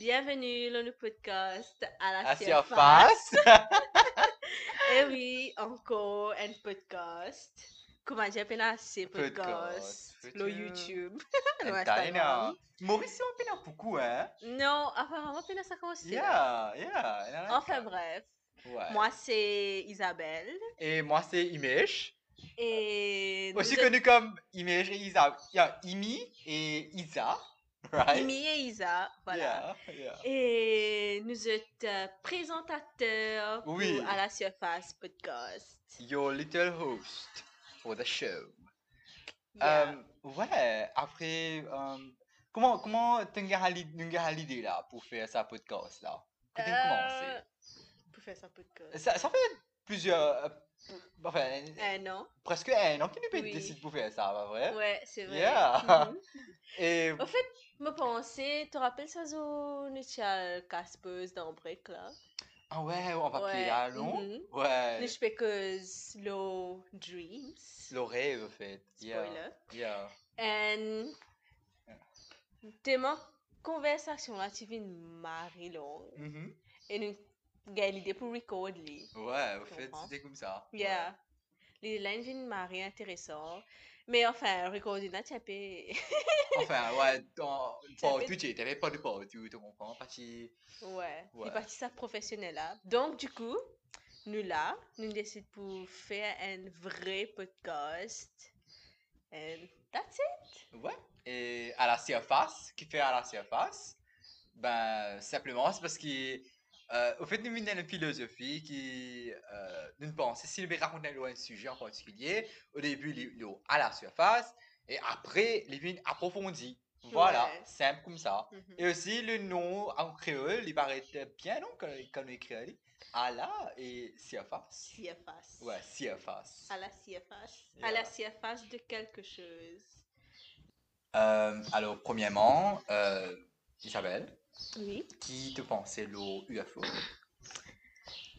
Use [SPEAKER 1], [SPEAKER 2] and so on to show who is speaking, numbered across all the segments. [SPEAKER 1] Bienvenue dans le podcast à la
[SPEAKER 2] À
[SPEAKER 1] surface.
[SPEAKER 2] surface.
[SPEAKER 1] Et oui, encore un podcast. Comment j'appelle ça, c'est podcast?
[SPEAKER 2] Podcast,
[SPEAKER 1] Le
[SPEAKER 2] YouTube.
[SPEAKER 1] YouTube. le
[SPEAKER 2] Entah,
[SPEAKER 1] Instagram.
[SPEAKER 2] Mauricio en peine beaucoup, hein?
[SPEAKER 1] Non, apparemment, on ça commencer.
[SPEAKER 2] Yeah, yeah. elle en a
[SPEAKER 1] Enfin
[SPEAKER 2] quatre.
[SPEAKER 1] bref,
[SPEAKER 2] Ouais.
[SPEAKER 1] moi c'est Isabelle.
[SPEAKER 2] Et moi, c'est Imesh.
[SPEAKER 1] Et nous
[SPEAKER 2] Aussi
[SPEAKER 1] autres-
[SPEAKER 2] connu comme Imesh et Isa. Yeah, Imi et Isa. Right?
[SPEAKER 1] Imi et Isa, voilà.
[SPEAKER 2] Yeah, yeah.
[SPEAKER 1] Et nous êtes présentateurs pour
[SPEAKER 2] Oui.
[SPEAKER 1] à la surface podcast.
[SPEAKER 2] Your little host for the show.
[SPEAKER 1] Yeah.
[SPEAKER 2] Euh, ouais, après, euh, comment, comment t'as eu l'idée là pour faire ça podcast là? Quand t'as
[SPEAKER 1] Euh,
[SPEAKER 2] commencé?
[SPEAKER 1] Pour faire ça podcast.
[SPEAKER 2] Ça, ça fait plusieurs. euh, p- enfin,
[SPEAKER 1] Un an.
[SPEAKER 2] presque un an que tu
[SPEAKER 1] oui.
[SPEAKER 2] décides décide pour faire ça, pas vrai?
[SPEAKER 1] Ouais, c'est vrai.
[SPEAKER 2] Yeah.
[SPEAKER 1] Mhm.
[SPEAKER 2] Et
[SPEAKER 1] Au fait, me penser, te rappelles ça zo Nichal Caspeuse dans Break là
[SPEAKER 2] ah ouais, on va
[SPEAKER 1] Ouais,
[SPEAKER 2] payer allons.
[SPEAKER 1] mhm.
[SPEAKER 2] Ouais.
[SPEAKER 1] Niche Pekeuse Low Dreams.
[SPEAKER 2] Le rêve, en fait. Yeah.
[SPEAKER 1] Spoiler.
[SPEAKER 2] Yeah.
[SPEAKER 1] And. Te man conversation là, tu viens Marie long.
[SPEAKER 2] Mhm.
[SPEAKER 1] Et nous gagne l'idée pour record li.
[SPEAKER 2] Ouais, au
[SPEAKER 1] Je
[SPEAKER 2] fait,
[SPEAKER 1] comprends.
[SPEAKER 2] c'était comme ça. Ouais.
[SPEAKER 1] Yeah. Les lines viennent Marie intéressant. Mais enfin, recording là, tu as payé.
[SPEAKER 2] Enfin, ouais, dans,
[SPEAKER 1] Ça
[SPEAKER 2] pour
[SPEAKER 1] fait-
[SPEAKER 2] tout, t'avais pas de pour tout, tu comprends? Parce que.
[SPEAKER 1] Ouais, il
[SPEAKER 2] Ouais.
[SPEAKER 1] est parti ça professionnel là. Donc du coup, nous là, nous décidons pour faire un vrai podcast. And that's it.
[SPEAKER 2] Ouais. Et à la surface, qui fait à la surface, ben, simplement, c'est parce que, euh, au fait, nous avons une philosophie qui, euh, nous pensons, si nous racontons un sujet en particulier, au début, il est à la surface, et après, il est approfondi. Voilà,
[SPEAKER 1] Ouais.
[SPEAKER 2] simple comme ça.
[SPEAKER 1] Mhm.
[SPEAKER 2] Et aussi, le nom en créole, il paraît bien, non, quand, quand on écrit à la et surface.
[SPEAKER 1] CFAS.
[SPEAKER 2] Ouais, surface.
[SPEAKER 1] À la CFAS. À la CFAS de quelque chose.
[SPEAKER 2] Euh, alors, premièrement, euh, Isabelle.
[SPEAKER 1] Oui.
[SPEAKER 2] qui te pensait l'eau UFO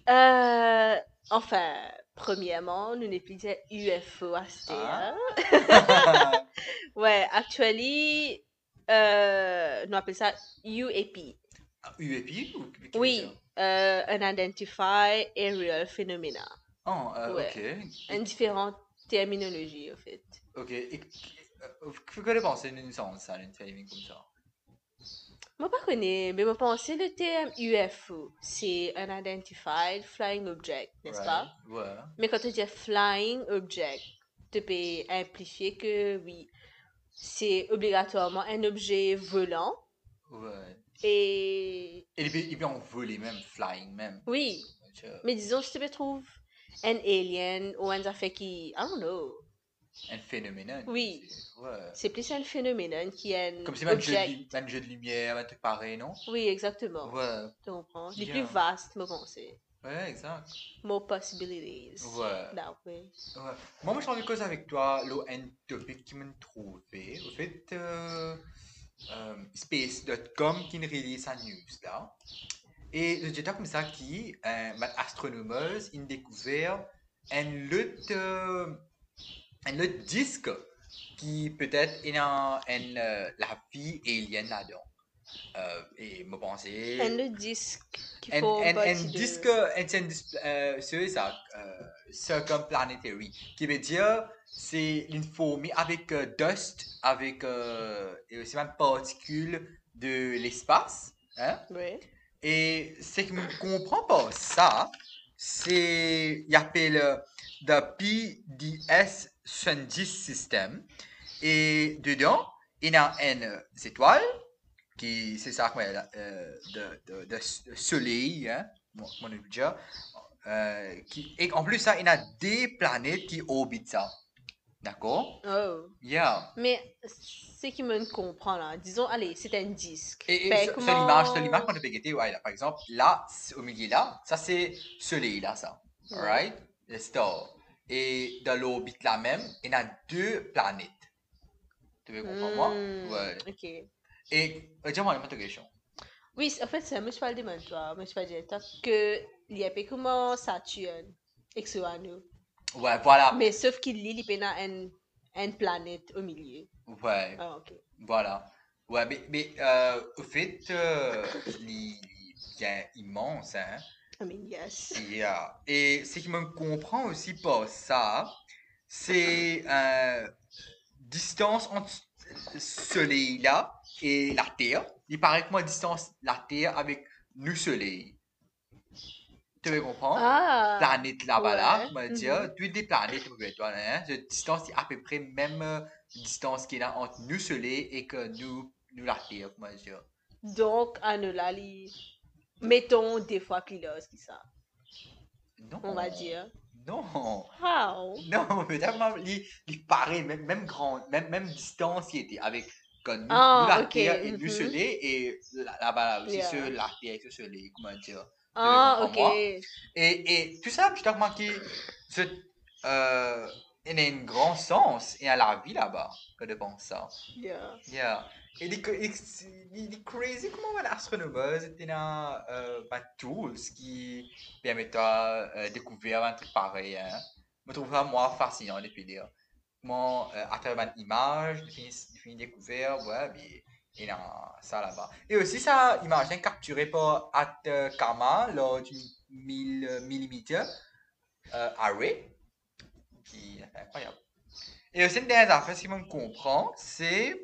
[SPEAKER 1] Euh, enfin, premièrement, nous n'épisons UFO à ce
[SPEAKER 2] Ah.
[SPEAKER 1] hein. Ouais, actually, euh, nous appelons ça UAP.
[SPEAKER 2] Ah, UAP ou qui- qui
[SPEAKER 1] Oui,
[SPEAKER 2] veut dire
[SPEAKER 1] euh, Unidentified Aerial Phenomena.
[SPEAKER 2] Ah, euh,
[SPEAKER 1] Ouais.
[SPEAKER 2] ok.
[SPEAKER 1] une différente terminologie, en fait.
[SPEAKER 2] Ok. Et qui- euh, que que le penser d'une sens, à une timing comme ça
[SPEAKER 1] Moi, pas connais, mais moi, penser le terme UFO, c'est un Unidentified Flying Object, n'est-ce pas?
[SPEAKER 2] Ouais.
[SPEAKER 1] Mais quand on dit Flying Object, tu peux impliquer que, oui, c'est obligatoirement un objet volant
[SPEAKER 2] Ouais.
[SPEAKER 1] et...
[SPEAKER 2] Et il peut, il peut en voler même, flying même.
[SPEAKER 1] Oui,
[SPEAKER 2] Donc, euh,
[SPEAKER 1] mais disons, si tu me trouves un alien ou un affaire qui... I don't know.
[SPEAKER 2] Un phénomène.
[SPEAKER 1] Oui.
[SPEAKER 2] c'est- Ouais.
[SPEAKER 1] C'est plus un phénomène qui est un
[SPEAKER 2] Comme si même jeu, de,
[SPEAKER 1] objet.
[SPEAKER 2] lumi- même jeu de lumière, même truc pareil, non
[SPEAKER 1] Oui, exactement.
[SPEAKER 2] Ouais.
[SPEAKER 1] Tu comprends? Les
[SPEAKER 2] Yeah.
[SPEAKER 1] plus vastes, me penser.
[SPEAKER 2] Ouais, exact.
[SPEAKER 1] more possibilities
[SPEAKER 2] Ouais.
[SPEAKER 1] that way.
[SPEAKER 2] Ouais. Moi, moi, j'ai envie de cause avec toi, l'eau un topic qui m'a trouvé. Au fait, euh, euh, space.com qui nous release sa news là. Et le jet comme ça qui, euh, ma astronomeuse, il découvert un autre, euh, un autre disque qui peut-être est dans un, euh, la vie alien là-dedans. Euh, et me penser.
[SPEAKER 1] And le disque qui
[SPEAKER 2] And,
[SPEAKER 1] forme
[SPEAKER 2] and,
[SPEAKER 1] partie
[SPEAKER 2] and
[SPEAKER 1] de-
[SPEAKER 2] disque, and, and dis- euh, c'est ça, euh, circumplanetary, qui veut dire c'est une fourmi avec euh, dust, avec euh, et aussi même particules de l'espace. Hein?
[SPEAKER 1] Ouais.
[SPEAKER 2] Et ce qui ne comprend pas ça, c'est, il appelle euh, the PDS Sundisk System. Et dedans, il y a une euh, étoile, qui, c'est ça, ouais, la- euh, de, de, de s- de soleil, hein, mon, mon objet, euh, qui, et en plus, ça, il y a des planètes qui orbitent ça. D'accord?
[SPEAKER 1] Oh.
[SPEAKER 2] Yeah.
[SPEAKER 1] Mais ce qui me comprend là, disons, allez, c'est un disque. Ben,
[SPEAKER 2] Et, et
[SPEAKER 1] Fait
[SPEAKER 2] ce-
[SPEAKER 1] que
[SPEAKER 2] cette
[SPEAKER 1] moi-
[SPEAKER 2] image, cette image qu'on a pégatée, ouais, là, par exemple, là, c- au milieu là, ça c'est soleil là, ça.
[SPEAKER 1] Ouais.
[SPEAKER 2] Alright? Les stars. Et dans l'orbite là même, il y a deux planètes. Tu veux comprendre moi?
[SPEAKER 1] Hmm,
[SPEAKER 2] Ouais.
[SPEAKER 1] Ok.
[SPEAKER 2] Et euh, dis-moi une autre question.
[SPEAKER 1] Oui, c'est- en fait, ça, moi je parle de moi, toi, moi je parle de toi, que il y a pas comment Saturne, Exoano.
[SPEAKER 2] Ouais, voilà.
[SPEAKER 1] Mais sauf qu'il lit, il y a une, une planète au milieu.
[SPEAKER 2] Ouais,
[SPEAKER 1] Ah, ok.
[SPEAKER 2] voilà. Ouais, mais, mais euh, au fait, euh, il il est immense, hein.
[SPEAKER 1] I mean, yes.
[SPEAKER 2] Yeah. Et ce qui me comprend aussi par ça, c'est euh, distance entre le soleil là et la Terre. Il paraît que moi, distance la Terre avec le soleil. Tu veux comprendre?
[SPEAKER 1] Ah,
[SPEAKER 2] planète là-bas, là,
[SPEAKER 1] ouais,
[SPEAKER 2] on va
[SPEAKER 1] mhm.
[SPEAKER 2] dire, ah, toutes les planètes, on va dire, hein, cette distance est à peu près même euh, distance qu'il y a entre nous, Soleil, et que nous, nous la Terre, on va dire.
[SPEAKER 1] donc Anula, li- mettons des fois kilos qui ça,
[SPEAKER 2] Non.
[SPEAKER 1] on va dire.
[SPEAKER 2] Non.
[SPEAKER 1] How?
[SPEAKER 2] Non, mais tellement, il, il paraît même, même grande, même, même distance qu'il était avec que nous,
[SPEAKER 1] Ah,
[SPEAKER 2] nous, la
[SPEAKER 1] ok,
[SPEAKER 2] Terre et
[SPEAKER 1] mhm.
[SPEAKER 2] nous, Soleil, et là- là-bas, là, aussi,
[SPEAKER 1] Yeah.
[SPEAKER 2] sur la Terre et sur Soleil, comment dire.
[SPEAKER 1] Ah,
[SPEAKER 2] comprends, moi?
[SPEAKER 1] ok.
[SPEAKER 2] Et, et tout ça, je t'ai remarqué, c'est, euh, il y a un grand sens et à la vie là-bas, que de penser ça.
[SPEAKER 1] Yeah.
[SPEAKER 2] Yeah. Et les, co- et c'est- les- les crazy, comment l'astronome, c'était un euh, un tool qui permet de euh, découvrir un truc pareil. Hein. Je trouve ça, moi, fascinant depuis dire. Comment, euh, à travers une image, je finis- je finis de découvrir, ouais, mais il y a ça là-bas. Et aussi, ça, image hein, capturée par Atacama, lors du 1000 mm euh, array, qui est incroyable. Et aussi, une dernière affaire, si on comprend, c'est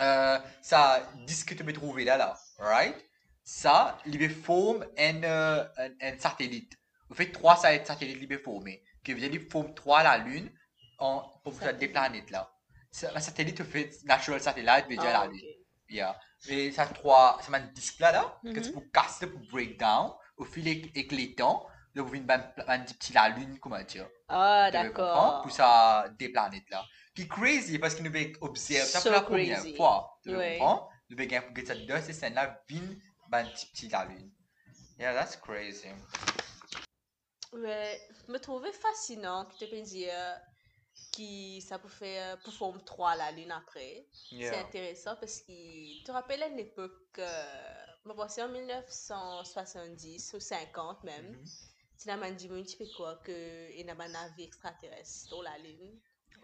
[SPEAKER 2] euh, ça disque que tu peux trouver là, là, right? Ça, il forme un, euh, un, un satellite. Vous faites trois sa- satellites libres formés. Que vous allez former trois la Lune en, pour vous faire des
[SPEAKER 1] Satellite.
[SPEAKER 2] planètes là. Ça, Un satellite, vous faites natural satellite, vous déjà
[SPEAKER 1] Ah,
[SPEAKER 2] la Lune. Yeah. Mais ça trois, ça m'a un disque là, là, que tu
[SPEAKER 1] Mhm.
[SPEAKER 2] peux casser pour breakdown, au fil avec avec les temps, là, vous venez ben- ben petit petit la lune, comment dire.
[SPEAKER 1] Ah,
[SPEAKER 2] Tu veux comprendre?
[SPEAKER 1] d'accord.
[SPEAKER 2] Pour ça, des planètes là. Puis crazy, parce qu'ils nous veulent observer ça pour
[SPEAKER 1] So
[SPEAKER 2] la première
[SPEAKER 1] crazy.
[SPEAKER 2] fois. Tu veux
[SPEAKER 1] Ouais.
[SPEAKER 2] comprendre? Nous veulent gagner pour que ça donne ces scènes-là, viennent ben petit petit la lune. Yeah, that's crazy.
[SPEAKER 1] Ouais, me trouvais fascinant que tu peux dire qui ça peut faire euh, pour forme 3 la lune après. C'est
[SPEAKER 2] Yeah.
[SPEAKER 1] intéressant parce que tu te rappelles à une époque, euh, me voici en 1970 ou 50 même,
[SPEAKER 2] Mhm.
[SPEAKER 1] tu n'as même dit un petit peu quoi que il y a un avis extraterrestre sur la lune.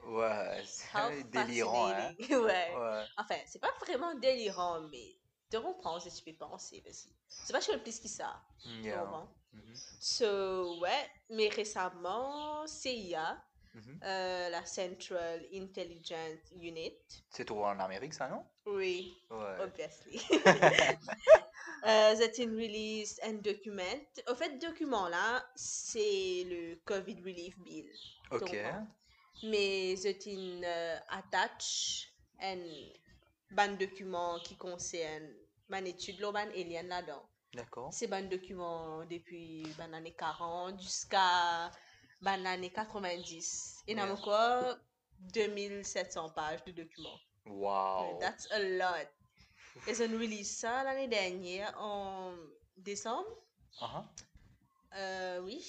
[SPEAKER 2] Ouais,
[SPEAKER 1] How
[SPEAKER 2] c'est délirant, hein.
[SPEAKER 1] fascinating. ouais.
[SPEAKER 2] Ouais.
[SPEAKER 1] Enfin, c'est pas vraiment délirant, mais tu comprends ce que tu peux penser, vas-y. C'est pas le plus qui ça, tu
[SPEAKER 2] Yeah.
[SPEAKER 1] comprends?
[SPEAKER 2] Mhm.
[SPEAKER 1] So, ouais, mais récemment, CIA,
[SPEAKER 2] Mhm.
[SPEAKER 1] euh, la Central Intelligence Unit,
[SPEAKER 2] C'est trop en Amérique, ça, non?
[SPEAKER 1] oui,
[SPEAKER 2] Ouais.
[SPEAKER 1] obviously. Euh, that in release and document. Au fait, document là, c'est le COVID relief bill.
[SPEAKER 2] Ok.
[SPEAKER 1] comprends. Mais that in euh, attach and ban document qui concerne ban étude là, ban alien là-dedans.
[SPEAKER 2] D'accord.
[SPEAKER 1] C'est ban document depuis ban année 40 jusqu'à ban année 90. Et
[SPEAKER 2] Yeah.
[SPEAKER 1] n'a encore 2700 pages de documents.
[SPEAKER 2] Wow.
[SPEAKER 1] Ouais, That's a lot. Ils ont release ça l'année dernière en décembre.
[SPEAKER 2] Aha.
[SPEAKER 1] Euh, oui.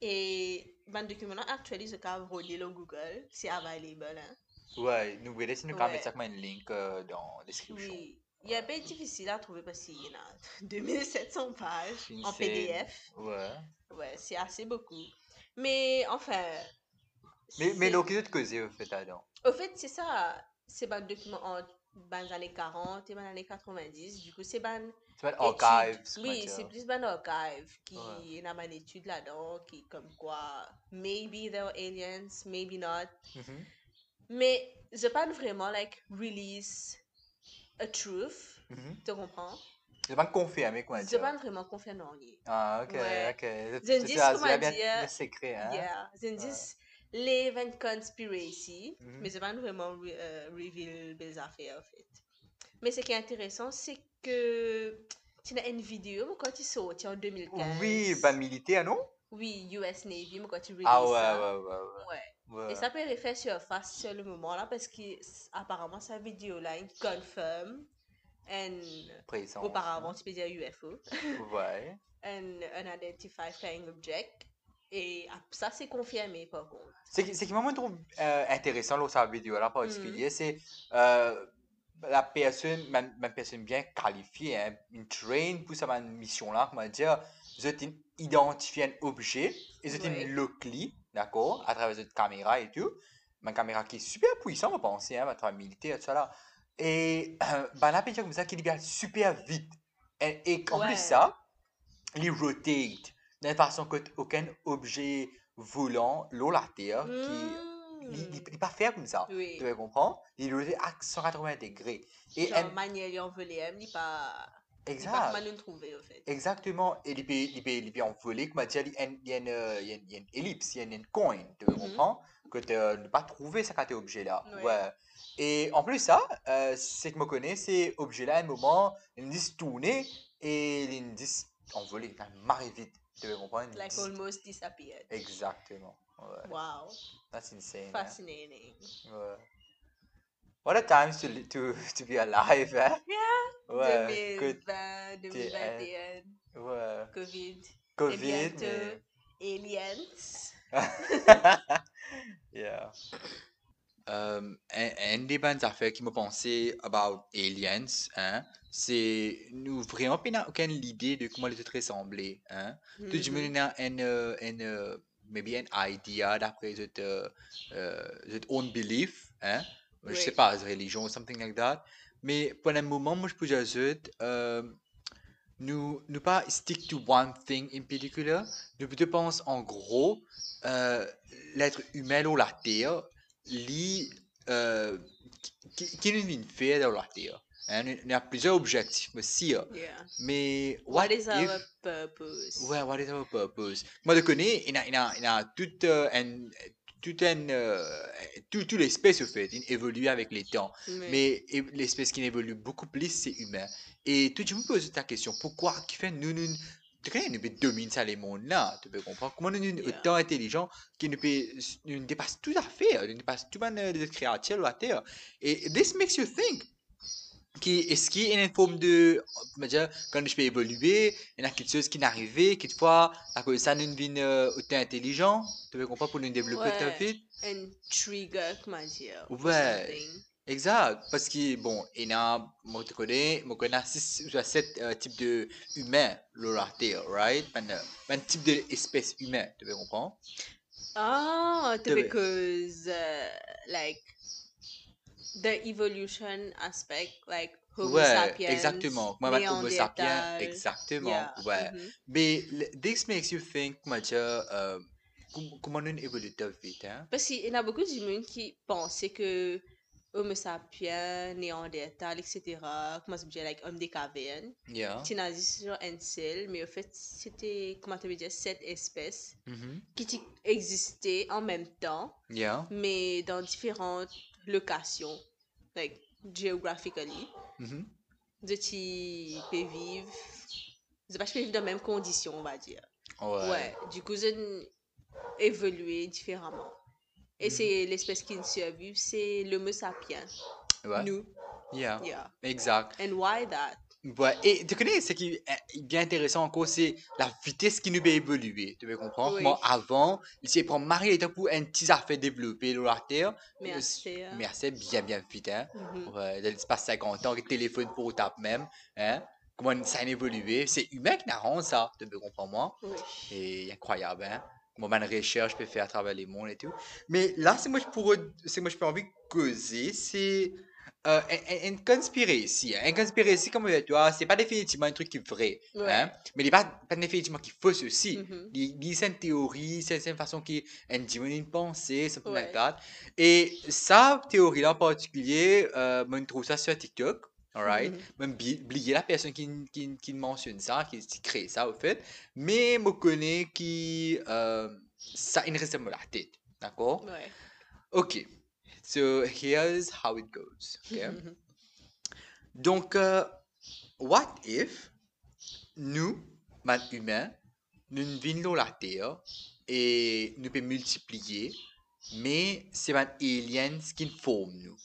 [SPEAKER 1] Et le document actuellement, je peux regarder le Google. C'est available. Hein.
[SPEAKER 2] Ouais, nous verrons si nous
[SPEAKER 1] Ouais.
[SPEAKER 2] mettre ça comme un link euh, dans la description.
[SPEAKER 1] Oui. Il est un peu difficile à trouver parce qu'il y en a 2700 pages en
[SPEAKER 2] Insane.
[SPEAKER 1] PDF.
[SPEAKER 2] Ouais.
[SPEAKER 1] Ouais, c'est assez beaucoup. Mais enfin.
[SPEAKER 2] Mais, mais
[SPEAKER 1] c'est-
[SPEAKER 2] l'occasion de causer, au fait, Adam.
[SPEAKER 1] Au fait, c'est ça. C'est un document entre les années 40 et les années 90. Du coup, c'est ban
[SPEAKER 2] Tu vas
[SPEAKER 1] étude.
[SPEAKER 2] archives. comment
[SPEAKER 1] Oui,
[SPEAKER 2] dire.
[SPEAKER 1] c'est plus ban archive qui
[SPEAKER 2] Ouais.
[SPEAKER 1] est a une étude là-dedans qui comme quoi maybe there were aliens, maybe not.
[SPEAKER 2] Mhm.
[SPEAKER 1] Mais je parle vraiment like release a truth,
[SPEAKER 2] Mhm.
[SPEAKER 1] tu comprends?
[SPEAKER 2] Je vais confirmer comment
[SPEAKER 1] Mm-hmm. Je
[SPEAKER 2] dire.
[SPEAKER 1] parle vraiment confirmant.
[SPEAKER 2] Ah, ok,
[SPEAKER 1] Ouais.
[SPEAKER 2] ok. C'est-
[SPEAKER 1] Je
[SPEAKER 2] c'est
[SPEAKER 1] dis
[SPEAKER 2] ça,
[SPEAKER 1] comment
[SPEAKER 2] c'est bien-
[SPEAKER 1] dire.
[SPEAKER 2] bien secret, hein.
[SPEAKER 1] Yeah, je ne
[SPEAKER 2] Ouais.
[SPEAKER 1] dis live and conspiracy,
[SPEAKER 2] Mhm.
[SPEAKER 1] mais je parle vraiment re- euh, reveal des affaires en fait. Mais ce qui est intéressant, c'est que tu as une vidéo moi, quand tu sorti en 2015.
[SPEAKER 2] Oui, bah militaire, non?
[SPEAKER 1] Oui, US Navy, mais quand tu releases
[SPEAKER 2] Ah ouais,
[SPEAKER 1] ça.
[SPEAKER 2] ouais, ouais, ouais. Ouais.
[SPEAKER 1] Et ça peut refaire surface sur le moment là parce qu'apparemment sa vidéo là, il confirme. And
[SPEAKER 2] Présence,
[SPEAKER 1] auparavant, tu peux dire UFO.
[SPEAKER 2] hein. Ouais.
[SPEAKER 1] Un unidentified flying object. Et ah, ça, c'est confirmé par contre.
[SPEAKER 2] Ce qui, ce qui moi, je trouve euh, intéressant dans cette vidéo-là, en
[SPEAKER 1] Hmm.
[SPEAKER 2] particulier, c'est euh, la personne, même, même personne bien qualifiée, hein, une train pour cette mission-là, comment dire, je identifier un objet et je
[SPEAKER 1] Ouais.
[SPEAKER 2] le clé, d'accord, à travers cette caméra et tout. Ma caméra qui est super puissante, on va penser, hein, à travers militaire, tout ça là. Et euh, ben, la peinture comme ça qui libère super vite. Et, et en
[SPEAKER 1] Ouais.
[SPEAKER 2] plus ça, les rotate de façon qu'aucun objet volant, l'eau, la terre, qui n'est
[SPEAKER 1] Mm.
[SPEAKER 2] pas fait comme ça.
[SPEAKER 1] Oui.
[SPEAKER 2] Tu vas comprendre? Il rotate à 180 degrés. Et
[SPEAKER 1] Genre,
[SPEAKER 2] elle-
[SPEAKER 1] manière et en VLM, il pas. Il pas
[SPEAKER 2] exact.
[SPEAKER 1] mal nous trouver, en fait.
[SPEAKER 2] Exactement. Et les pays, les pays, les pays envolés, comme on dit, il y a une, il y a une, euh, il y a une- il y a une ellipse, il y a une coin, tu
[SPEAKER 1] Mhm.
[SPEAKER 2] comprends? Que tu n'as pas trouvé ce cet objet-là.
[SPEAKER 1] Ouais.
[SPEAKER 2] Et en plus, ça, euh, c'est que je connais, ces objets-là, à un moment, ils me disent tourner et ils me disent envoler, ils me marrent vite. Tu comprends? Ils me
[SPEAKER 1] Like
[SPEAKER 2] disent-
[SPEAKER 1] almost disappeared.
[SPEAKER 2] Exactement. Ouais.
[SPEAKER 1] Wow.
[SPEAKER 2] That's insane. hein?
[SPEAKER 1] Fascinating.
[SPEAKER 2] Ouais. What a time to, li- to, to be alive, hein? Ouais. Que-
[SPEAKER 1] 2020, 2021,
[SPEAKER 2] ouais.
[SPEAKER 1] Covid. Et
[SPEAKER 2] Covid,
[SPEAKER 1] bientôt,
[SPEAKER 2] mais.
[SPEAKER 1] aliens.
[SPEAKER 2] Yeah. Um, un, un des bonnes affaires qui m'a pensé about aliens, hein, c'est nous vraiment pas aucune idée de comment les autres ressemblaient, hein. Tout du
[SPEAKER 1] Mhm.
[SPEAKER 2] monde a un, euh, un, euh, maybe an idea d'après cette, euh, euh, cette own belief, hein. Je sais
[SPEAKER 1] Oui.
[SPEAKER 2] pas, une religion ou something like that. Mais pour le moment, moi je peux dire juste, euh, nous, nous pas stick to one thing in particular, nous plutôt pense en gros, euh, l'être humain ou la terre, li, euh, qui, qui nous vient faire dans la terre. Hein, nous- nous a plusieurs objectifs aussi, hein.
[SPEAKER 1] Yeah.
[SPEAKER 2] mais
[SPEAKER 1] What is
[SPEAKER 2] if-
[SPEAKER 1] our purpose?
[SPEAKER 2] Ouais, what is our purpose? Moi, je connais, il y a, il y a, il y a toute, euh, une- toute une, euh, tout, tout l'espèce, au fait, il évolue avec les temps.
[SPEAKER 1] Mais-
[SPEAKER 2] Mais é- l'espèce qui évolue beaucoup plus, c'est humain. Et toi, tu me poses ta question, pourquoi qui fait nous, nous, tu connais, nous peut dominer ça les mondes là, tu peux comprendre? Comment nous, nous,
[SPEAKER 1] Yeah.
[SPEAKER 2] autant intelligents qui nous, peut- nous dépasse tout à fait, nous dépasse tout man, euh, les créatures, la terre. Et this makes you think. Qui, est-ce qu'il y a une forme de, comment dire, quand je peux évoluer, il y en a quelque chose qui n'arrivait, quelquefois, à cause de ça, nous devenons euh, autant intelligents, tu peux comprendre, pour nous développer
[SPEAKER 1] Ouais.
[SPEAKER 2] très vite.
[SPEAKER 1] un trigger, comment dire. or
[SPEAKER 2] Ouais.
[SPEAKER 1] something.
[SPEAKER 2] Exact, parce que bon, il y a, moi je connais, moi je connais 6 ou 7 euh, types de humains, Laura Terre, right? Un, euh, un type d'espèce humaine, tu veux comprendre?
[SPEAKER 1] Ah,
[SPEAKER 2] Tu veux-
[SPEAKER 1] because uh, like the evolution aspect, like Homo
[SPEAKER 2] ouais,
[SPEAKER 1] sapiens,
[SPEAKER 2] exactement. Moi, ma Homo sapiens,
[SPEAKER 1] Néandertal,
[SPEAKER 2] exactement,
[SPEAKER 1] yeah,
[SPEAKER 2] ouais.
[SPEAKER 1] mhm.
[SPEAKER 2] Mais le- this makes you think, comment dire, euh, com- comment on évolue très vite, hein?
[SPEAKER 1] Parce qu'il y en a beaucoup de monde qui pensaient que Homo sapiens, Néandertal, etc., comment ça veut dire, like, homme des cavernes,
[SPEAKER 2] Yeah.
[SPEAKER 1] tu n'as dit sur un seul, mais au fait, c'était, comment tu veux dire, sept espèces
[SPEAKER 2] Mhm.
[SPEAKER 1] qui ti- existaient en même temps,
[SPEAKER 2] Yeah.
[SPEAKER 1] mais dans différentes locations, like, geographically.
[SPEAKER 2] Mhm.
[SPEAKER 1] de qui peut vivre de pas qui peut vivre dans les mêmes conditions on va dire ouais,
[SPEAKER 2] Ouais.
[SPEAKER 1] du coup ils ont évolué différemment et
[SPEAKER 2] Mhm.
[SPEAKER 1] c'est l'espèce qui nous survit c'est l'homo sapiens
[SPEAKER 2] Ouais.
[SPEAKER 1] nous
[SPEAKER 2] Yeah.
[SPEAKER 1] yeah
[SPEAKER 2] Exact.
[SPEAKER 1] and why that
[SPEAKER 2] Ouais, et tu connais ce qui est euh, bien intéressant encore, c'est la vitesse qui nous peut évoluer. Tu peux comprendre
[SPEAKER 1] Oui.
[SPEAKER 2] comment avant, il s'est pour marier les temps pour un petit affaire développer dans la terre.
[SPEAKER 1] mais
[SPEAKER 2] euh,
[SPEAKER 1] assez hein.
[SPEAKER 2] Mais c'est bien, bien vite, hein.
[SPEAKER 1] Mhm.
[SPEAKER 2] Ouais, dans l'espace 50 ans, le téléphone pour tape même, hein. Comment ça a évolué. C'est humain qui rend ça, tu peux comprendre moi.
[SPEAKER 1] Oui.
[SPEAKER 2] C'est incroyable, hein? Comment ma recherche peut faire à travers les mondes et tout. Mais là, c'est moi je pourrais, c'est moi je peux envie de causer, c'est euh, un- un- une conspiracy. Hein? Une conspiracy, comme tu vois, c'est pas définitivement un truc qui est vrai,
[SPEAKER 1] Ouais. Mm-hmm.
[SPEAKER 2] hein? Mais il n'est pas, pas définitivement qui est fausse aussi.
[SPEAKER 1] Mhm.
[SPEAKER 2] Il il- c'est une théorie, c'est c'est une façon qui est une pensée, something like
[SPEAKER 1] Ouais.
[SPEAKER 2] that. Et sa théorie-là en particulier, euh, moi, je trouve ça sur TikTok, alright?
[SPEAKER 1] Mhm.
[SPEAKER 2] même bi- oublier la personne qui, qui, qui mentionne ça, qui, qui crée ça au fait, mais me connaît qui euh, ça il reste dans la tête, d'accord?
[SPEAKER 1] Ouais.
[SPEAKER 2] Ok, so here's how it goes. ok?
[SPEAKER 1] Mm-hmm.
[SPEAKER 2] Donc, euh, what if nous, man humains, nous vivons la terre et nous pouvons multiplier, mais c'est man aliens qui forment nous.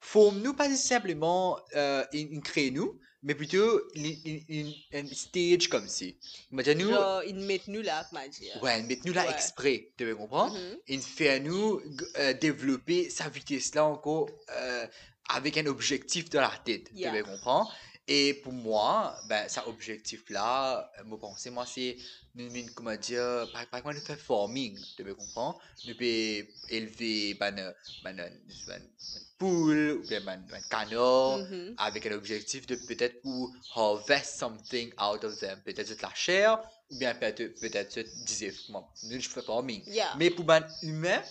[SPEAKER 2] Forme nous pas simplement euh, une, une créer nous, mais plutôt une, une- une- un stage comme si. Imagine nous,
[SPEAKER 1] genre ils mettent nous là comment dire
[SPEAKER 2] ouais, mettre nous là
[SPEAKER 1] Ouais.
[SPEAKER 2] exprès, tu veux comprendre?
[SPEAKER 1] Mhm.
[SPEAKER 2] Il fait à nous g- euh, développer sa vitesse là encore euh, avec un objectif dans la tête,
[SPEAKER 1] Yeah.
[SPEAKER 2] tu veux comprendre? Et pour moi, ben, cet objectif-là, euh, mon pensée, moi, c'est, nous, nous, comment dire, par, par exemple, nous faire farming, tu me comprends? Nous pouvons élever, ben, euh, ben, euh, ben, ben, poule, ou bien, ben, ben, canard,
[SPEAKER 1] Mhm.
[SPEAKER 2] avec un objectif de peut-être ou harvest something out of them, peut-être juste la chair, ou bien peut-être peut-être juste des œufs. Bon, nous, je fais pas mais.
[SPEAKER 1] Yeah.
[SPEAKER 2] Mais pour un humain,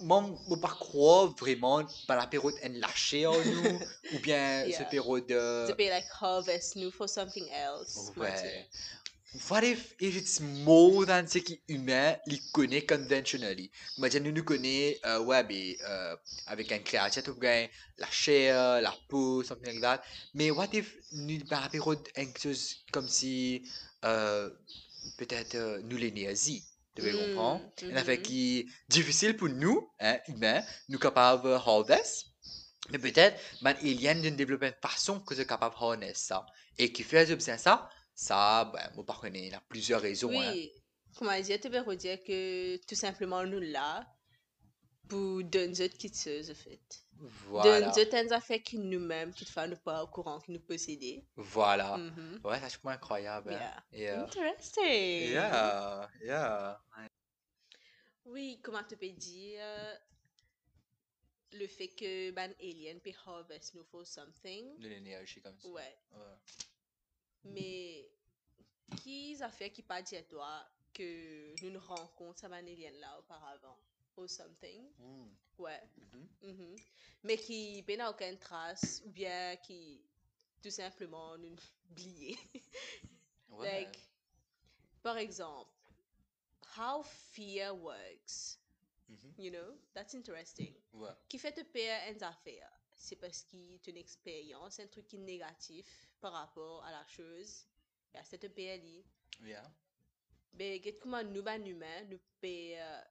[SPEAKER 2] moi, je ne pas croire vraiment dans la période de la chair, nous, ou bien
[SPEAKER 1] Yeah.
[SPEAKER 2] cette période euh, de...
[SPEAKER 1] to be like harvest new for something else.
[SPEAKER 2] Ouais. What if if it's more than ce qui est humain, il connaît conventionally? Imagine, nous nous connaît, euh, ouais, mais, euh, avec un créature, tout bien, la chair, la peau, something like that. Mais what if nous, par rapport à quelque chose comme si, euh, peut-être, euh, nous les nazis, tu veux
[SPEAKER 1] Mm,
[SPEAKER 2] comprendre? Un affaire
[SPEAKER 1] mhm.
[SPEAKER 2] qui est difficile pour nous, hein, humains, nous capables de harvest. Mais peut-être, man, alien de développer une façon que c'est capable de harness ça. Et qui fait observer ça, ça, ben, moi, par contre, il y a plusieurs raisons. hein.
[SPEAKER 1] mm. Oui, comment dire, tu veux dire que tout simplement nous là pour donner autres qui te en fait.
[SPEAKER 2] Voilà.
[SPEAKER 1] Donner autres affaires que nous-mêmes, qui ne nous pas au courant, qui nous possédons.
[SPEAKER 2] Voilà.
[SPEAKER 1] Mhm.
[SPEAKER 2] Ah. Ouais, ça, je trouve incroyable. hein. Yeah.
[SPEAKER 1] Interesting.
[SPEAKER 2] Yeah. Yeah.
[SPEAKER 1] Oui, comment tu peux dire le fait que ben alien peut harvest nous for something.
[SPEAKER 2] De l'énergie comme ça.
[SPEAKER 1] Ouais.
[SPEAKER 2] Ouais.
[SPEAKER 1] Mais qui a fait qui pas dit à toi que nous nous rencontrons à Manélien là auparavant ou something
[SPEAKER 2] Mm.
[SPEAKER 1] ouais
[SPEAKER 2] Mhm.
[SPEAKER 1] mhm. mais qui ben, n'a aucune trace ou bien qui tout simplement nous oublié
[SPEAKER 2] Ouais.
[SPEAKER 1] like par exemple how fear works
[SPEAKER 2] Mhm.
[SPEAKER 1] you know that's interesting
[SPEAKER 2] Ouais.
[SPEAKER 1] qui fait te perdre une affaire c'est parce qu'il est une expérience un truc qui est négatif par rapport à la chose et à cette perdre
[SPEAKER 2] Yeah.
[SPEAKER 1] mais get comment nous, ben, humains, nous payons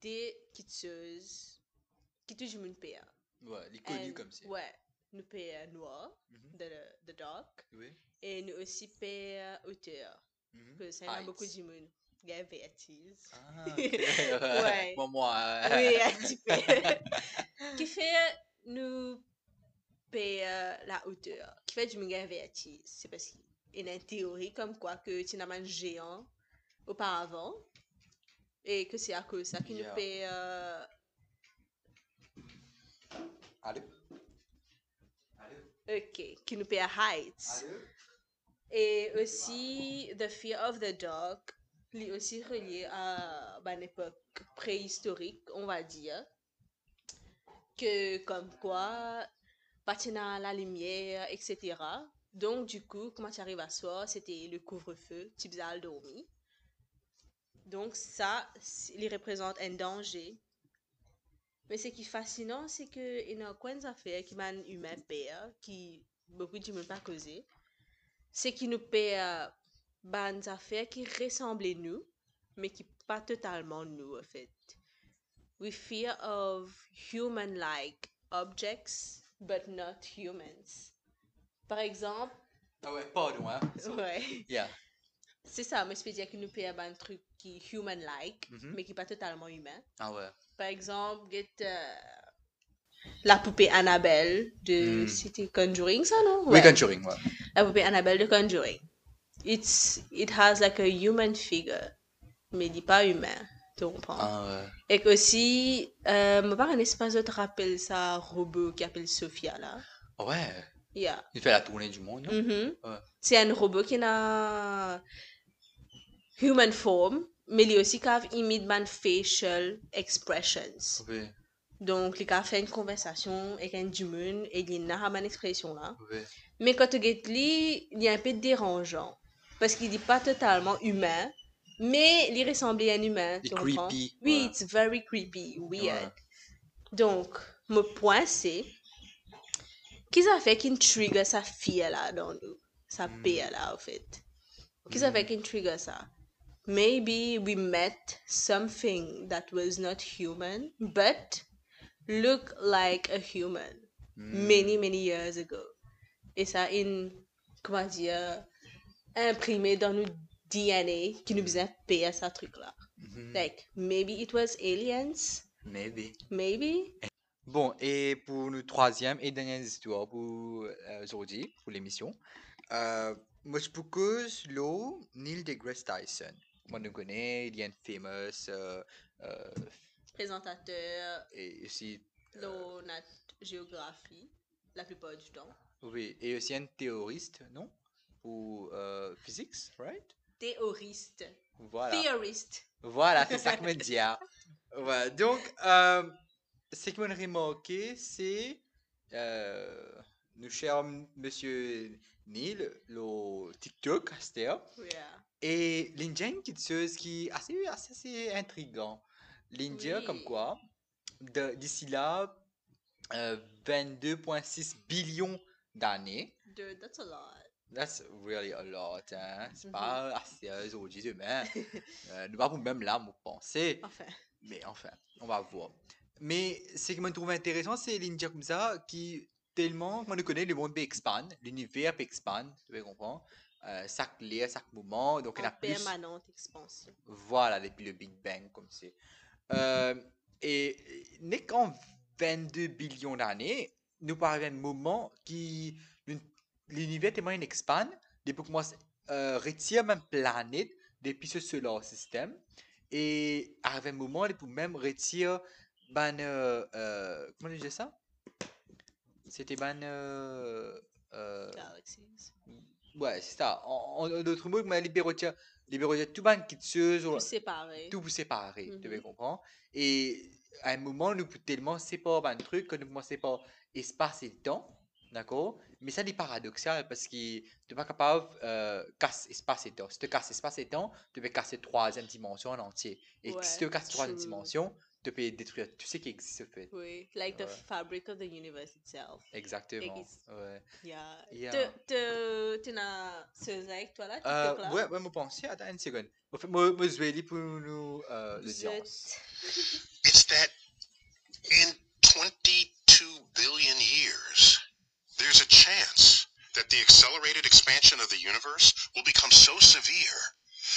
[SPEAKER 1] des quitteuses euh, qui touchent une paire.
[SPEAKER 2] Ouais. Il est connu comme ça.
[SPEAKER 1] Ouais. Nous payons noir,
[SPEAKER 2] Mhm.
[SPEAKER 1] de the dark,
[SPEAKER 2] Oui.
[SPEAKER 1] et nous aussi payons hauteur,
[SPEAKER 2] Mhm.
[SPEAKER 1] que ça y en a
[SPEAKER 2] Heights.
[SPEAKER 1] beaucoup de monde. Gavertise.
[SPEAKER 2] Ah, ok. ouais.
[SPEAKER 1] Ouais.
[SPEAKER 2] Bon, moi. euh,
[SPEAKER 1] Oui, un petit peu. qui fait nous payons euh, la hauteur, qui fait du monde gavertise. C'est parce qu'il y a une théorie comme quoi que tu n'as pas un géant auparavant, e et que c'est à cause de ça qu'il
[SPEAKER 2] Yeah.
[SPEAKER 1] nous paye. euh,
[SPEAKER 2] Allô? Allô?
[SPEAKER 1] Ok, qui nous paye à Heights.
[SPEAKER 2] Allô?
[SPEAKER 1] Et aussi, The Fear of the Dog, lui aussi relié à ben, une époque préhistorique, on va dire. Que comme quoi, patina la lumière, etc. Donc, du coup, comment tu arrives à soir, c'était le couvre-feu, tu faisais à dormir. Donc, ça, c'est- il représente un danger. Mais ce qui est fascinant, c'est qu'il y a encore une affaire qui m'a humain père, qui beaucoup de gens ne pas causé c'est qui nous paie euh, ben, des affaires qui ressemblent à nous, mais qui pas totalement nous, en fait. We fear of human-like objects, but not humans. Par exemple,
[SPEAKER 2] Ah ouais, pardon, hein. So-
[SPEAKER 1] ouais,
[SPEAKER 2] Yeah.
[SPEAKER 1] c'est ça, mais je peux dire que nous paie ben, un truc qui est human-like,
[SPEAKER 2] Mhm.
[SPEAKER 1] mais qui pas totalement humain.
[SPEAKER 2] Ah ouais.
[SPEAKER 1] Par exemple, get, euh, la poupée Annabelle de
[SPEAKER 2] Mm.
[SPEAKER 1] City Conjuring, ça, non?
[SPEAKER 2] Oui,
[SPEAKER 1] Ouais.
[SPEAKER 2] Conjuring, ouais.
[SPEAKER 1] La poupée Annabelle de Conjuring. It's, it has like a human figure, mais il n'est pas humain, tu comprends?
[SPEAKER 2] Ah ouais.
[SPEAKER 1] Et que aussi, euh, mon père, un espace d'autre rappelle ça, robot qui appelle Sophia là.
[SPEAKER 2] Ah Ouais.
[SPEAKER 1] Yeah.
[SPEAKER 2] Il fait la tournée du monde, hein. non?
[SPEAKER 1] Mhm.
[SPEAKER 2] Ouais.
[SPEAKER 1] C'est un robot qui n'a human form, mais il aussi qui imite man facial expressions.
[SPEAKER 2] Oui,
[SPEAKER 1] Donc, il a fait une conversation avec un humain et il n'a pas une expression là.
[SPEAKER 2] oui.
[SPEAKER 1] Mais quand tu regardes lui, il est un peu dérangeant. Parce qu'il n'est pas totalement humain, mais il ressemblait à un humain.
[SPEAKER 2] Il
[SPEAKER 1] tu
[SPEAKER 2] est
[SPEAKER 1] comprends?
[SPEAKER 2] creepy,
[SPEAKER 1] Oui,
[SPEAKER 2] ouais.
[SPEAKER 1] it's very creepy, weird.
[SPEAKER 2] Ouais.
[SPEAKER 1] Donc, mon point, c'est qu'ils ont fait qu'il trigger sa fille là dans nous, sa
[SPEAKER 2] Mm.
[SPEAKER 1] paix là, en fait. Qu'ils ont
[SPEAKER 2] Hmm.
[SPEAKER 1] fait qu'il trigger ça. Maybe we met something that was not human, but looked like a human
[SPEAKER 2] Mm.
[SPEAKER 1] many, many years ago. Et ça, in, comment dire, imprimé dans nos DNA qui nous faisait payer à ce truc-là.
[SPEAKER 2] Mhm.
[SPEAKER 1] Like, maybe it was aliens,
[SPEAKER 2] Maybe.
[SPEAKER 1] maybe.
[SPEAKER 2] Bon, et pour notre troisième et dernière histoire pour euh, aujourd'hui, pour l'émission, Euh, moi, je propose l'eau Neil deGrasse Tyson. Moi, nous connaît, il est un famous euh, euh,
[SPEAKER 1] Présentateur,
[SPEAKER 2] et aussi
[SPEAKER 1] l'eau, nat, géographie, la plupart du temps.
[SPEAKER 2] oui et aussi un théoriste, non? Ou euh, physics, right?
[SPEAKER 1] Théoriste.
[SPEAKER 2] Voilà.
[SPEAKER 1] Theorist.
[SPEAKER 2] Voilà, c'est ça que me dit. hein. Voilà. Donc, euh, ce que m'a remarqué, c'est euh, nous cher monsieur Neil, le TikTok, à cette heure,
[SPEAKER 1] Yeah.
[SPEAKER 2] et l'Indien qui dit qui est assez, assez, assez intriguant. L'Indien, comme
[SPEAKER 1] Oui.
[SPEAKER 2] quoi, de- d'ici là, euh, 22,6 billions d'années,
[SPEAKER 1] Dude, that's a lot.
[SPEAKER 2] That's really a lot, hein. C'est
[SPEAKER 1] Mhm.
[SPEAKER 2] pas assez hein, aujourd'hui, demain. euh, nous avons même là, mon pensée.
[SPEAKER 1] Enfin,
[SPEAKER 2] Mais enfin, on va voir. Mais ce qui me trouve intéressant, c'est l'India comme ça, qui tellement, qu'on le connaît, le monde peut expand, l'univers peut expand, tu comprends? Euh, chaque lien, chaque moment, donc il y en
[SPEAKER 1] en
[SPEAKER 2] a plus.
[SPEAKER 1] permanente expansion.
[SPEAKER 2] Voilà, depuis le Big Bang, comme c'est. Euh, et n'est qu'en 22 billions d'années, nous parvient un moment qui l'un- l'univers tellement il expande, depuis qu'on commence euh, retire même planète depuis ce solar system, et arrive un moment depuis même retire ben euh, euh, comment on dit ça? C'était ben euh, euh,
[SPEAKER 1] Ah. Galaxies.
[SPEAKER 2] ouais c'est ça. En, en- en d'autres mots, ben, mais libérotia, libérotia tout ben qui tue sur-
[SPEAKER 1] Tout séparé.
[SPEAKER 2] tout vous séparer, tu veux
[SPEAKER 1] Mhm.
[SPEAKER 2] comprendre? Et à un moment, nous pouvons tellement séparer un truc que nous pouvons séparer espace et temps, d'accord? Mais ça, c'est paradoxal parce que tu n'es pas capable de casser espace et temps. Si tu casses espace et temps, tu peux casser troisième dimension en entier. Et si
[SPEAKER 1] Ouais,
[SPEAKER 2] tu casses troisième
[SPEAKER 1] true.
[SPEAKER 2] dimension, tu peux détruire tout ce qui existe, au fait.
[SPEAKER 1] Oui. Like the
[SPEAKER 2] Ouais.
[SPEAKER 1] fabric of the universe itself.
[SPEAKER 2] Exactement.
[SPEAKER 1] Existe.
[SPEAKER 2] Ouais.
[SPEAKER 1] Yeah.
[SPEAKER 2] Yeah.
[SPEAKER 1] Te, te, tu n'as ce avec toi là,
[SPEAKER 2] Euh,
[SPEAKER 1] TikTok là?
[SPEAKER 2] ouais, ouais, moi, pensez, attends une seconde. Moi, fait- moi, moi, je vais aller pour nous, euh, le
[SPEAKER 1] Vous
[SPEAKER 2] dire.
[SPEAKER 1] êtes-
[SPEAKER 3] It's that in 22 billion years, there's a chance that the accelerated expansion of the universe will become so severe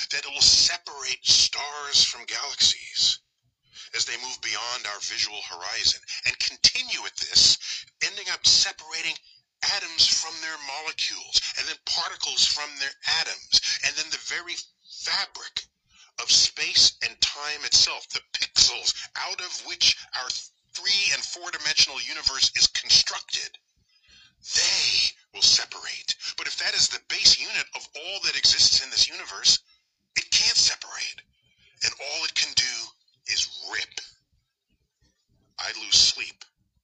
[SPEAKER 3] that it will separate stars from galaxies as they move beyond our visual horizon and continue at this, ending up separating atoms from their molecules and then particles from their atoms and then the very fabric of space and time itself, the pixels out of which our three and four dimensional universe is constructed, they will separate. But if that is the base unit of all that exists in this universe, it can't separate. And all it can do is rip. I lose sleep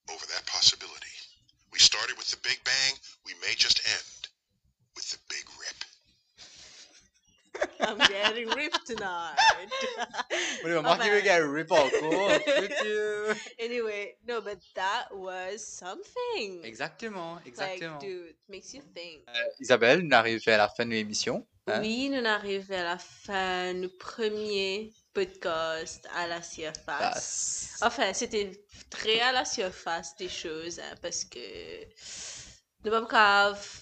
[SPEAKER 3] over that possibility. We started with the Big Bang, we may just end with the Big Rip.
[SPEAKER 1] I'm getting ripped tonight.
[SPEAKER 2] Moi, le moment qui veut
[SPEAKER 1] Enfin,
[SPEAKER 2] qu'elle rip encore, peux-tu?
[SPEAKER 1] Anyway, no, but that was something.
[SPEAKER 2] Exactement, exactement. Euh,
[SPEAKER 1] Like, dude, makes you think.
[SPEAKER 2] Isabelle, nous arrivons à la fin de l'émission. Hein?
[SPEAKER 1] Oui, nous arrivons à la fin du premier podcast à la
[SPEAKER 2] Ah,
[SPEAKER 1] surface.
[SPEAKER 2] Passe.
[SPEAKER 1] Enfin, c'était très à la surface des choses, hein, parce que nous pas cave.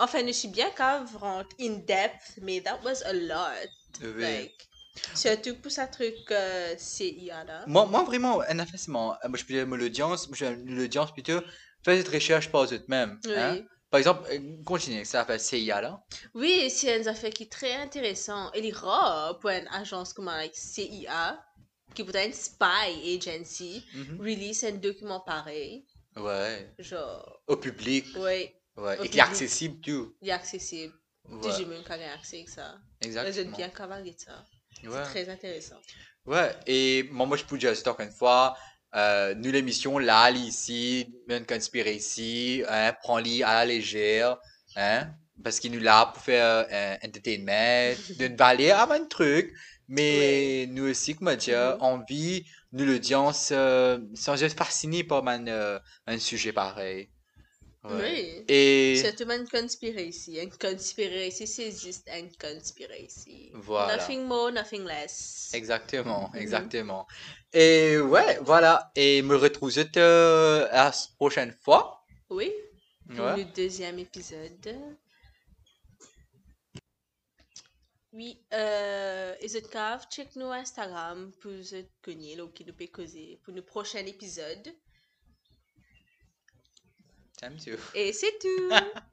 [SPEAKER 1] Enfin, je suis bien cave rentre in depth, mais that was a lot.
[SPEAKER 2] Oui.
[SPEAKER 1] Like, surtout pour ça truc euh, CIA là.
[SPEAKER 2] Moi, moi, vraiment, un investissement. euh, Moi, je peux dire, moi, l'audience, moi, je dirais l'audience plutôt, faites cette recherche par vous-même.
[SPEAKER 1] Oui.
[SPEAKER 2] hein. Par exemple, euh, continuez avec ça, fait CIA là.
[SPEAKER 1] Oui, c'est une affaire qui est très intéressante. Elle est rare pour une agence comme la CIA, qui peut être une spy agency,
[SPEAKER 2] Mhm.
[SPEAKER 1] release un document pareil.
[SPEAKER 2] Ouais.
[SPEAKER 1] Genre,
[SPEAKER 2] Au public.
[SPEAKER 1] ouais,
[SPEAKER 2] Ouais.
[SPEAKER 1] Au
[SPEAKER 2] Et qui
[SPEAKER 1] public.
[SPEAKER 2] est accessible, tout.
[SPEAKER 1] il est accessible.
[SPEAKER 2] Ouais.
[SPEAKER 1] Tout le monde qui a accès avec ça. Vous êtes
[SPEAKER 2] Exactement.
[SPEAKER 1] bien cavalier de ça.
[SPEAKER 2] Ouais.
[SPEAKER 1] C'est très intéressant.
[SPEAKER 2] Ouais, et moi, moi je peux dire juste encore une fois, euh, nous l'émission, là, allez ici, une conspiracy, hein, prends-les à la légère, hein, parce qu'il nous là pour faire euh, un entertainment, d'une vallée à un truc, mais nous aussi, comment dire,
[SPEAKER 1] Mhm.
[SPEAKER 2] on vit, nous l'audience, euh, sont juste fascinés par un, euh, un sujet pareil. Ouais.
[SPEAKER 1] Oui.
[SPEAKER 2] Et
[SPEAKER 1] C'est tout une conspiracy. Une conspiracy, c'est juste une conspiracy.
[SPEAKER 2] Voilà.
[SPEAKER 1] Nothing more, nothing less.
[SPEAKER 2] Exactement,
[SPEAKER 1] Mhm.
[SPEAKER 2] exactement. Et ouais, voilà. Et me retrouve juste euh, à la prochaine fois.
[SPEAKER 1] Oui, pour
[SPEAKER 2] Ouais.
[SPEAKER 1] le deuxième épisode. Oui, euh, et cette cave, check nos Instagram pour vous connaître ou qui nous peut causer pour le prochain épisode.
[SPEAKER 2] Time to.
[SPEAKER 1] Et c'est tout!